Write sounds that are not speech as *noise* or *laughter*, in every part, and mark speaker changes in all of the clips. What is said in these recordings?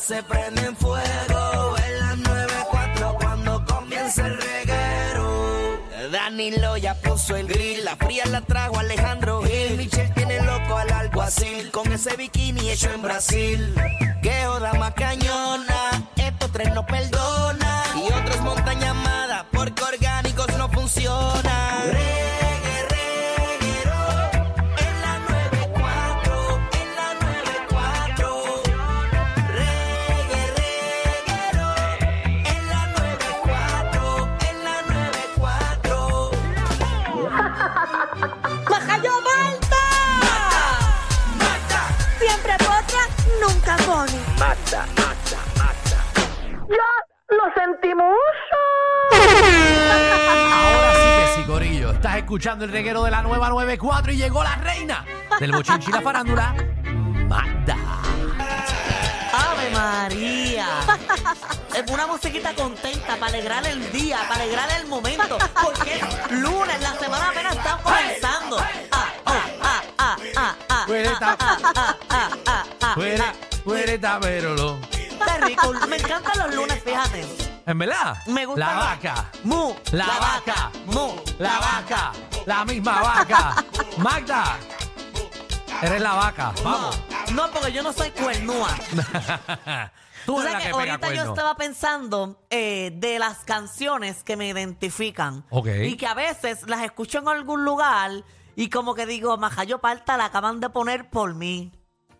Speaker 1: se prende en fuego. En las 94 cuando comienza el reguero. Danilo ya puso el grill, la fría la trajo Alejandro Gil. Michel tiene loco al alguacil con ese bikini hecho en Brasil. Que joda más cañona, estos tres no perdonan. Y otros montan llamada porque orgánicos no funcionan. Reggae, reguero, en la 94, en la 94. Reggae, reguero, en la 94, en la 94.
Speaker 2: ¡Majayo Malta! Siempre potra, nunca pone.
Speaker 3: Ahora sí que sí, Corillo. Estás escuchando el reguero de la nueva 94 y llegó la reina del bochinchi y la farándula, Magda.
Speaker 4: Ave María. Es una musiquita contenta para alegrar el día, para alegrar el momento. Porque es lunes, la semana apenas está comenzando. Ah, ah, ah, ah, ah, ah,
Speaker 3: Huele, ta-
Speaker 4: ah, ah, ah, ah, ah.
Speaker 3: huele, huele taberolo.
Speaker 4: Está rico. Me encantan los lunes, fíjate.
Speaker 3: ¿En verdad?
Speaker 4: Me gusta
Speaker 3: La
Speaker 4: la-
Speaker 3: vaca.
Speaker 4: Mu.
Speaker 3: La vaca.
Speaker 4: Mu.
Speaker 3: La vaca. La misma vaca. Magda. Eres la vaca.
Speaker 4: No,
Speaker 3: Vamos.
Speaker 4: no, porque yo no soy cuernúa.
Speaker 3: *laughs* Tú
Speaker 4: Tú
Speaker 3: eres
Speaker 4: sabes
Speaker 3: la
Speaker 4: que
Speaker 3: que pega
Speaker 4: ahorita yo
Speaker 3: cuerno.
Speaker 4: estaba pensando eh, de las canciones que me identifican.
Speaker 3: Ok.
Speaker 4: Y que a veces las escucho en algún lugar y como que digo, maja, yo parta, la acaban de poner por mí.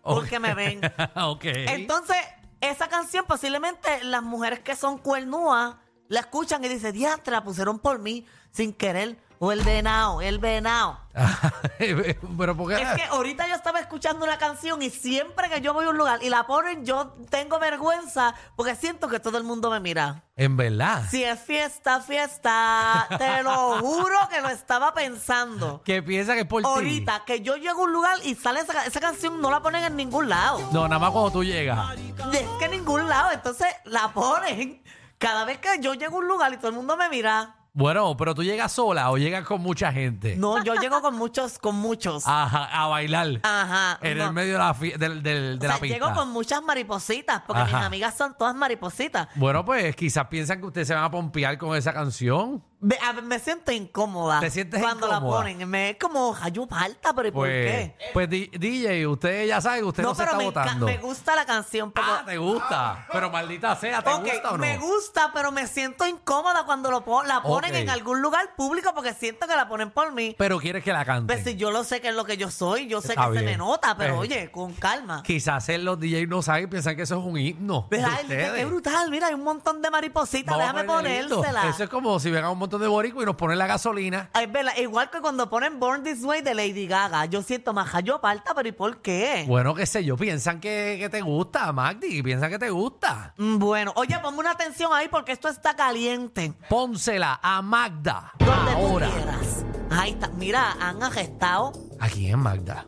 Speaker 4: Porque me ven.
Speaker 3: *laughs* ok.
Speaker 4: Entonces, esa canción posiblemente las mujeres que son cuernúas la escuchan y dicen, diastra, la pusieron por mí sin querer. O el venado, el venado.
Speaker 3: *laughs* Ah. Pero porque...
Speaker 4: Es que ahorita yo estaba escuchando una canción y siempre que yo voy a un lugar y la ponen, yo tengo vergüenza porque siento que todo el mundo me mira.
Speaker 3: En verdad.
Speaker 4: Si es fiesta, fiesta, te lo juro que lo estaba pensando.
Speaker 3: Que piensa que es por ti.
Speaker 4: Ahorita que yo llego a un lugar y sale esa, esa canción, no la ponen en ningún lado.
Speaker 3: No, nada más cuando tú llegas.
Speaker 4: Y Es que en ningún lado, entonces la ponen. Cada vez que yo llego a un lugar y todo el mundo me mira,
Speaker 3: Bueno, pero tú llegas sola o llegas con mucha gente.
Speaker 4: no, yo llego con muchos, con muchos.
Speaker 3: Ajá, a bailar.
Speaker 4: Ajá.
Speaker 3: Ah, en
Speaker 4: Ah, no.
Speaker 3: el medio de la, fi- del- del- de
Speaker 4: O
Speaker 3: la
Speaker 4: sea,
Speaker 3: pista.
Speaker 4: llego con muchas maripositas, porque mis
Speaker 3: Ajá.
Speaker 4: amigas son todas maripositas.
Speaker 3: Bueno, pues quizás piensan que ustedes se van a pompear con esa canción.
Speaker 4: Me, a- me siento incómoda.
Speaker 3: ¿Te sientes
Speaker 4: Cuando
Speaker 3: incómoda?
Speaker 4: la ponen, me es como jayú alta, pero ¿y por
Speaker 3: Pues,
Speaker 4: qué?
Speaker 3: pues di- DJ, usted ya sabe que usted no, se está
Speaker 4: me, enca-
Speaker 3: votando.
Speaker 4: me gusta la canción. Porque,
Speaker 3: Ah, te gusta. Pero maldita sea, ¿te
Speaker 4: Ok,
Speaker 3: gusta o no?
Speaker 4: me gusta, pero me siento incómoda cuando lo pon- la ponen
Speaker 3: Ok.
Speaker 4: en algún lugar público porque siento que la ponen por mí.
Speaker 3: Pero quieres que la cante.
Speaker 4: Pues si yo lo sé que es lo que yo soy, yo sé
Speaker 3: Está
Speaker 4: que se me
Speaker 3: bien.
Speaker 4: nota, pero
Speaker 3: Eh.
Speaker 4: oye, con calma.
Speaker 3: Quizás eh, los DJ no saben y piensan que eso es un himno. de
Speaker 4: Pues, ay, qué,
Speaker 3: ustedes.
Speaker 4: qué brutal, mira, hay un montón de maripositas,
Speaker 3: Vamos a
Speaker 4: déjame
Speaker 3: ponerle himno.
Speaker 4: ponérsela.
Speaker 3: Eso es como si vengan un montón de boricua y nos ponen la gasolina.
Speaker 4: Ay, Es verdad, igual que cuando ponen Born This Way de Lady Gaga. Yo siento más yo falta, pero ¿y por qué? Mm, Bueno.
Speaker 3: Bueno, qué sé yo, piensan que, que te gusta, Magdi, piensan que te gusta.
Speaker 4: Mm, oye, ponme una atención ahí porque esto está caliente.
Speaker 3: Pónsela a Magda
Speaker 4: Donde
Speaker 3: ahora.
Speaker 4: tú quieras. Ahí está. Mira, han arrestado
Speaker 3: ¿A quién, Magda?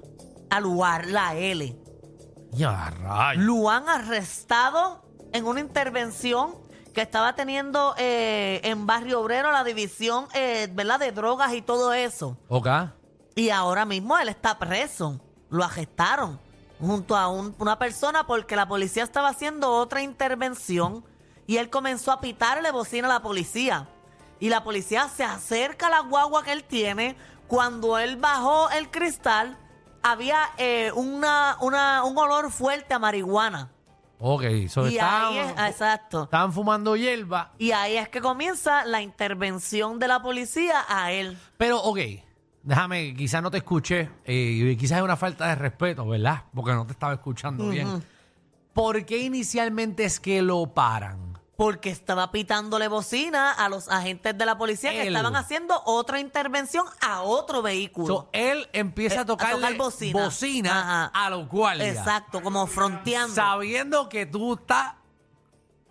Speaker 4: a Luar, la L.
Speaker 3: Ya, rayos.
Speaker 4: Lo han arrestado en una intervención que estaba teniendo eh, en Barrio Obrero la división, eh, ¿verdad?, de drogas y todo eso.
Speaker 3: Ok.
Speaker 4: Y ahora mismo él está preso. Lo arrestaron junto a un- una persona porque la policía estaba haciendo otra intervención y él comenzó a pitarle bocina a la policía. Y la policía se acerca a la guagua que él tiene. Cuando él bajó el cristal, había eh, una, una- un olor fuerte a marihuana.
Speaker 3: Ok, so
Speaker 4: y
Speaker 3: estaban,
Speaker 4: ahí es- ah, exacto.
Speaker 3: estaban fumando hierba.
Speaker 4: Y ahí es que comienza la intervención de la policía a él.
Speaker 3: Pero, ok, déjame, quizás no te escuché. eh, quizás es una falta de respeto, ¿verdad? Porque no te estaba escuchando bien. ¿Por qué inicialmente es que lo paran?
Speaker 4: Porque estaba pitándole bocina a los agentes de la policía que
Speaker 3: Él.
Speaker 4: estaban haciendo otra intervención a otro vehículo.
Speaker 3: So, él empieza
Speaker 4: Eh,
Speaker 3: a tocarle
Speaker 4: bocina,
Speaker 3: bocina
Speaker 4: Ajá.
Speaker 3: a los guardias.
Speaker 4: Exacto, como fronteando.
Speaker 3: Sabiendo que tú estás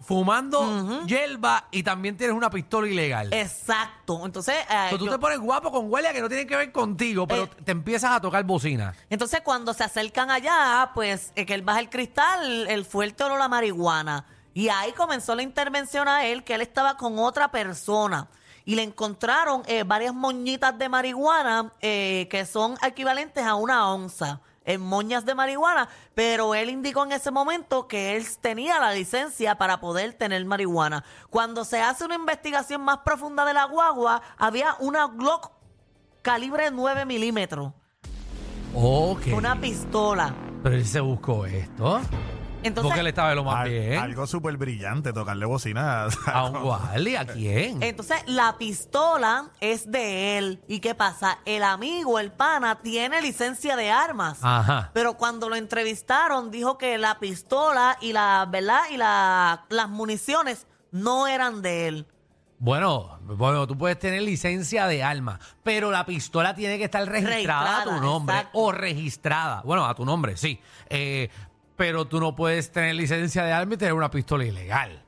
Speaker 3: fumando hierba y también tienes una pistola ilegal.
Speaker 4: Exacto. Entonces, eh,
Speaker 3: So, tú
Speaker 4: yo-
Speaker 3: te pones guapo con guardia que no tienen que ver contigo, pero
Speaker 4: Eh.
Speaker 3: te empiezas a tocar bocina.
Speaker 4: entonces cuando se acercan allá, pues eh, que él baja el cristal, el fuerte olor a marihuana. Y ahí comenzó la intervención a él, que él estaba con otra persona. Y le encontraron eh, varias moñitas de marihuana eh, que son equivalentes a una onza. en moñas de marihuana, pero él indicó en ese momento que él tenía la licencia para poder tener marihuana. Cuando se hace una investigación más profunda de la guagua, había una Glock calibre 9 milímetros,
Speaker 3: Ok.
Speaker 4: una pistola.
Speaker 3: Pero él se buscó esto.
Speaker 4: Entonces,
Speaker 3: Porque él estaba de lo más
Speaker 5: Al-
Speaker 3: bien.
Speaker 5: Algo súper brillante, tocarle bocina. *laughs*
Speaker 3: A un guardia, ¿a quién?
Speaker 4: Entonces, la pistola es de él. ¿Y qué pasa? El amigo, el pana, tiene licencia de armas.
Speaker 3: Ajá.
Speaker 4: Pero cuando lo entrevistaron, dijo que la pistola y la, ¿verdad? Y la- las municiones no eran de él.
Speaker 3: Bueno, bueno, tú puedes tener licencia de arma, pero la pistola tiene que estar registrada, a tu
Speaker 4: Registrada,
Speaker 3: nombre
Speaker 4: exacto.
Speaker 3: o registrada. Bueno, a tu nombre, sí. Eh, pero tú no puedes tener licencia de arma y tener una pistola ilegal.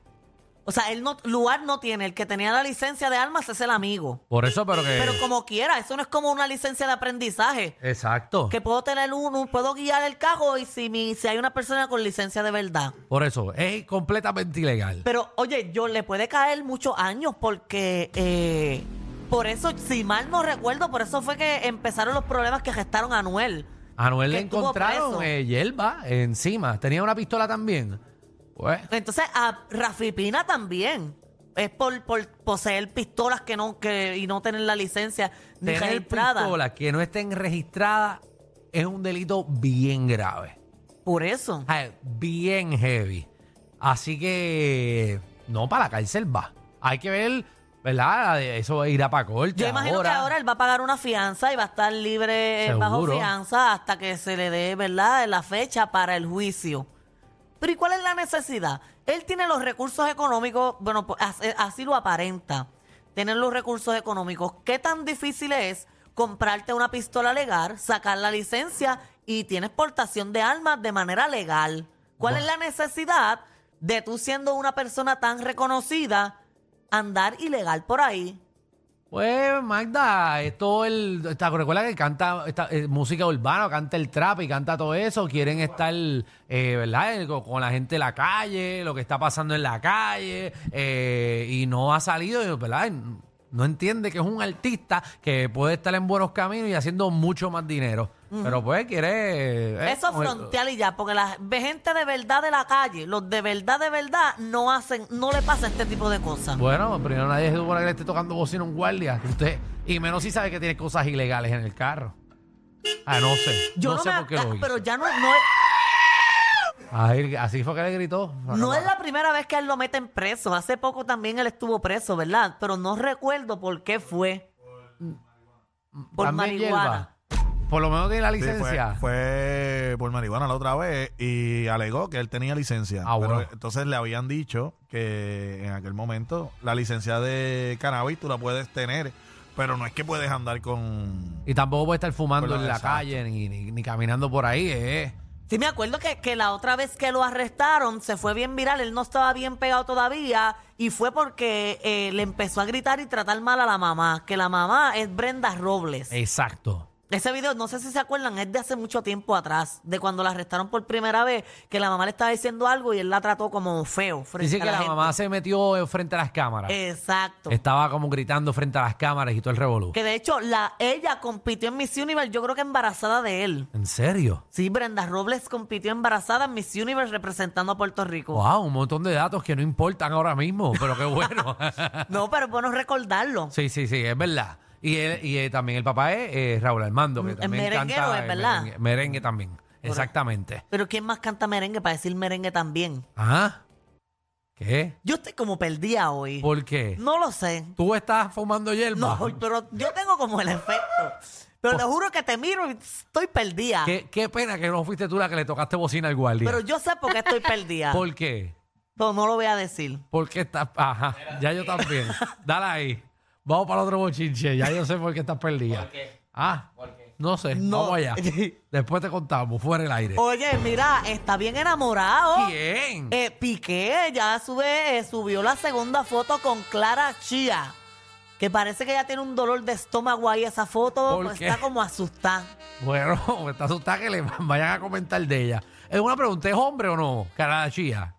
Speaker 4: O sea, él no, lugar no tiene. El que tenía la licencia de armas es el amigo.
Speaker 3: Por eso, pero que.
Speaker 4: Pero como quiera, eso no es como una licencia de aprendizaje.
Speaker 3: Exacto.
Speaker 4: Que puedo tener uno, puedo guiar el carro y si, mi, si hay una persona con licencia de verdad.
Speaker 3: Por eso, es completamente ilegal.
Speaker 4: Pero oye, yo le puede caer muchos años porque eh, por eso, si mal no recuerdo, por eso fue que empezaron los problemas que gestaron a Anuel.
Speaker 3: A Noel
Speaker 4: que
Speaker 3: le
Speaker 4: estuvo preso.
Speaker 3: encontraron eh, hierba encima. Tenía una pistola también. Pues,
Speaker 4: Entonces a Rafi Pina también. Es por, por poseer pistolas que no que, y no tener la licencia ni
Speaker 3: tener
Speaker 4: registrada.
Speaker 3: pistolas que no estén registradas es un delito bien grave.
Speaker 4: Por eso.
Speaker 3: Ay, bien heavy. Así que no para la cárcel va. Hay que ver, ¿verdad? Eso irá para corte.
Speaker 4: Yo imagino que ahora él va a pagar una fianza y va a estar libre eh, bajo
Speaker 3: Seguro.
Speaker 4: fianza hasta que se le dé, ¿verdad?, la fecha para el juicio. Pero ¿y cuál es la necesidad? Él tiene los recursos económicos, bueno, pues, as- eh, así lo aparenta, tener los recursos económicos. ¿Qué tan difícil es comprarte una pistola legal, sacar la licencia y tienes portación de armas de manera legal? ¿Cuál es la necesidad de tú siendo una persona tan reconocida andar ilegal por ahí?
Speaker 3: Pues Magda, esto el está, recuerda que canta esta, eh, música urbana, canta el trap y canta todo eso, quieren estar, eh, ¿verdad? Eh, Con, con la gente en la calle, lo que está pasando en la calle eh, y no ha salido, y, ¿verdad? No entiende que es un artista que puede estar en buenos caminos y haciendo mucho más dinero, pero pues quiere eh,
Speaker 4: Eso
Speaker 3: como-
Speaker 4: fronteal y ya, porque la gente de verdad de la calle, los de verdad de verdad, no hacen, no le pasa este tipo de cosas.
Speaker 3: Bueno, primero nadie se supone que le esté tocando bocina a un guardia. que Usted, y menos si sabe que tiene cosas ilegales en el carro. Ah, no sé.
Speaker 4: Yo
Speaker 3: no,
Speaker 4: no,
Speaker 3: sé
Speaker 4: me
Speaker 3: por qué
Speaker 4: acá-
Speaker 3: lo hizo.
Speaker 4: pero ya no, no, es,
Speaker 3: Ay, así fue que le gritó.
Speaker 4: no es la primera vez que él lo meten preso. Hace poco también él estuvo preso, ¿verdad? Pero no recuerdo por qué fue. Por
Speaker 3: También
Speaker 4: marihuana.
Speaker 3: hierba. Por lo menos tiene la
Speaker 5: Sí, fue-
Speaker 3: licencia.
Speaker 5: fue, por marihuana la otra vez y alegó que él tenía licencia.
Speaker 3: Ah,
Speaker 5: Pero
Speaker 3: bueno.
Speaker 5: entonces le habían dicho que en aquel momento la licencia de cannabis tú la puedes tener, pero no es que puedes andar con...
Speaker 3: Y tampoco puede estar fumando
Speaker 5: Bueno,
Speaker 3: en la
Speaker 5: exacto.
Speaker 3: calle ni, ni- ni caminando por ahí. eh.
Speaker 4: Sí, me acuerdo que, que la otra vez que lo arrestaron se fue bien viral, él no estaba bien pegado todavía y fue porque eh, le empezó a gritar y tratar mal a la mamá, que la mamá es Brenda Robles.
Speaker 3: Exacto.
Speaker 4: Ese video, no sé si se acuerdan, es de hace mucho tiempo atrás, de cuando la arrestaron por primera vez, que la mamá le estaba diciendo algo y él la trató como feo. frente
Speaker 3: Dice
Speaker 4: a
Speaker 3: que la,
Speaker 4: gente.
Speaker 3: mamá se metió eh, frente a las cámaras.
Speaker 4: Exacto.
Speaker 3: Estaba como gritando frente a las cámaras y todo el revolú.
Speaker 4: Que de hecho, la, ella compitió en Miss Universe, yo creo que embarazada de él.
Speaker 3: ¿En serio?
Speaker 4: Sí, Brenda Robles compitió embarazada en Miss Universe representando a Puerto Rico.
Speaker 3: Wow, un montón de datos que no importan ahora mismo, pero qué
Speaker 4: *laughs*
Speaker 3: bueno.
Speaker 4: No, pero es bueno recordarlo.
Speaker 3: Sí, sí, sí, es verdad. Y, él- y eh, también el papá es eh, Raúl Armando, que
Speaker 4: Mm,
Speaker 3: también
Speaker 4: merenguero,
Speaker 3: canta
Speaker 4: es
Speaker 3: eh,
Speaker 4: verdad.
Speaker 3: Merengue, merengue también, exactamente.
Speaker 4: Pero ¿quién más canta merengue para decir merengue también?
Speaker 3: Ajá. ¿Qué?
Speaker 4: Yo estoy como perdida hoy.
Speaker 3: ¿Por qué?
Speaker 4: No lo sé.
Speaker 3: ¿Tú estás fumando hierba?
Speaker 4: No, pero yo tengo como el efecto. Pero te juro que te miro y estoy perdida.
Speaker 3: ¿Qué, qué pena que no fuiste tú la que le tocaste bocina al guardia.
Speaker 4: Pero yo sé por qué estoy perdida.
Speaker 3: ¿Por qué?
Speaker 4: Pero *laughs* no lo voy a decir.
Speaker 3: ¿Por qué estás...? Ajá, ya yo también. Dale ahí. Vamos para el otro bochinche. Ya yo sé por qué estás perdida. ¿Por qué? Ah, no sé.
Speaker 4: No. Oh.
Speaker 3: Vamos
Speaker 4: *laughs*
Speaker 3: allá. Después te contamos, fuera el aire.
Speaker 4: Oye, mira, está bien enamorado.
Speaker 3: Bien.
Speaker 4: Eh, Piqué ya sube, eh, subió la segunda foto con Clara Chía. Que parece que ya tiene un dolor de estómago ahí esa foto.
Speaker 3: ¿Por
Speaker 4: pues,
Speaker 3: qué?
Speaker 4: Está como asustada.
Speaker 3: Bueno, *laughs* está asustada que le *laughs* vayan a comentar de ella. Es una pregunta, ¿es hombre o no? Cara de chía.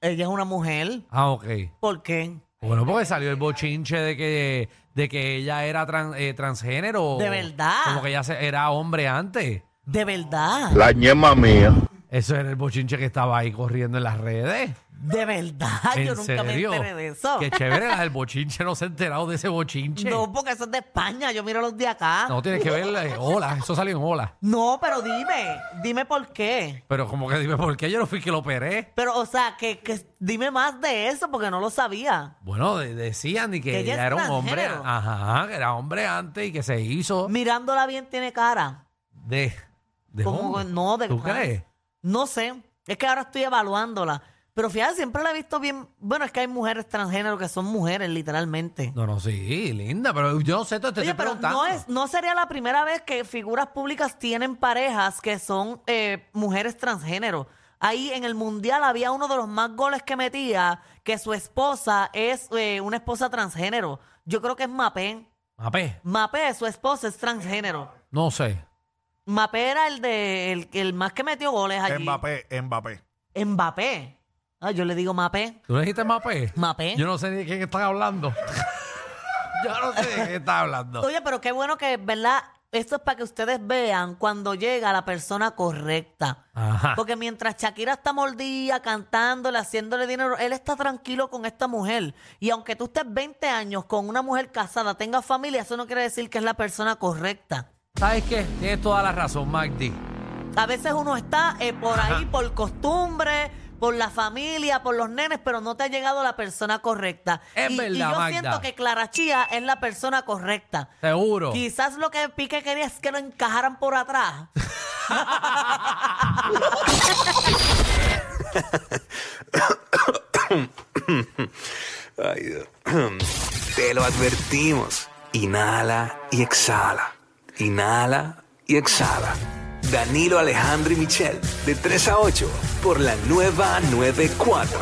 Speaker 4: Ella es una mujer.
Speaker 3: Ah, ok.
Speaker 4: ¿Por qué?
Speaker 3: Bueno, porque salió el bochinche de que, de que ella era tran- eh, transgénero.
Speaker 4: De verdad.
Speaker 3: Como que ella se- era hombre antes.
Speaker 4: De verdad.
Speaker 6: La ñema mía.
Speaker 3: Eso era el bochinche que estaba ahí corriendo en las redes.
Speaker 4: De verdad.
Speaker 3: ¿En
Speaker 4: Yo nunca
Speaker 3: serio?
Speaker 4: me enteré de eso.
Speaker 3: Qué chévere, las del bochinche no se ha enterado de ese bochinche.
Speaker 4: No, porque eso es de España. Yo miro los de acá. No,
Speaker 3: No, tienes que ver eh, hola, eso salió en hola.
Speaker 4: pero dime. Dime por qué.
Speaker 3: Pero como que dime, ¿por qué yo no fui que lo operé?
Speaker 4: Pero, o sea, que, que dime más de eso porque no lo sabía.
Speaker 3: Bueno, de- decían y que,
Speaker 4: Que ella
Speaker 3: ella
Speaker 4: es
Speaker 3: era un hombre,
Speaker 4: extranjero.
Speaker 3: ajá, que era hombre antes y que se hizo
Speaker 4: Mirándola bien tiene cara.
Speaker 3: de, de
Speaker 4: Como
Speaker 3: hombre.
Speaker 4: que no, de
Speaker 3: ¿Tú
Speaker 4: trans.
Speaker 3: crees?
Speaker 4: No sé. Es que ahora estoy evaluándola. Pero fíjate, siempre la he visto bien. Bueno, es que hay mujeres transgénero que son mujeres, literalmente.
Speaker 3: No, no, sí, linda, pero yo no sé, te estoy
Speaker 4: Oye, pero
Speaker 3: preguntando.
Speaker 4: no, es, no sería la primera vez que figuras públicas tienen parejas que son eh, mujeres transgénero. Ahí en el Mundial había uno de los más goles que metía, que su esposa es eh, una esposa transgénero. Yo creo que es Mapé.
Speaker 3: Mape,
Speaker 4: Mapé, su esposa es transgénero.
Speaker 3: no sé.
Speaker 4: Mapé era el de el, el más que metió goles allí.
Speaker 5: Mbappé, Mbappé.
Speaker 4: Mbappé. Ah, yo le digo Mapé.
Speaker 3: ¿Tú le dijiste Mape?
Speaker 4: Mapé.
Speaker 3: Yo no sé ni de quién estás hablando. *laughs* yo no sé de quién estás
Speaker 4: *laughs*
Speaker 3: hablando.
Speaker 4: Oye, pero qué bueno que, ¿verdad? Esto es para que ustedes vean cuando llega la persona correcta.
Speaker 3: Ajá.
Speaker 4: Porque mientras Shakira está mordida, cantándole, haciéndole dinero, él está tranquilo con esta mujer. Y aunque tú estés 20 años con una mujer casada, tengas familia, eso no quiere decir que es la persona correcta.
Speaker 3: ¿Sabes qué? Tienes toda la razón, Magdi.
Speaker 4: A veces uno está eh, por ahí por costumbre, por la familia, por los nenes, pero no te ha llegado la persona correcta.
Speaker 3: Es
Speaker 4: y,
Speaker 3: verdad,
Speaker 4: y yo
Speaker 3: Magda.
Speaker 4: siento que Clara Chía es la persona correcta.
Speaker 3: Seguro.
Speaker 4: Quizás lo que Pique quería es que lo encajaran por atrás.
Speaker 7: Ay, Dios. *clears throat* Te lo advertimos. Inhala y exhala. Inhala y exhala. Danilo Alejandro y Michel, de 3 a 8, por la nueva 94.